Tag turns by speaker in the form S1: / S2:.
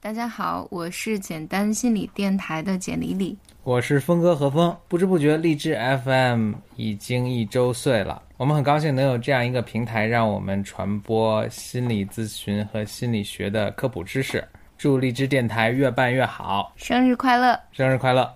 S1: 大家好，我是简单心理电台的简李李。
S2: 我是峰哥何峰。不知不觉，荔枝 FM 已经一周岁了。我们很高兴能有这样一个平台，让我们传播心理咨询和心理学的科普知识。祝荔枝电台越办越好，
S1: 生日快乐！
S2: 生日快乐！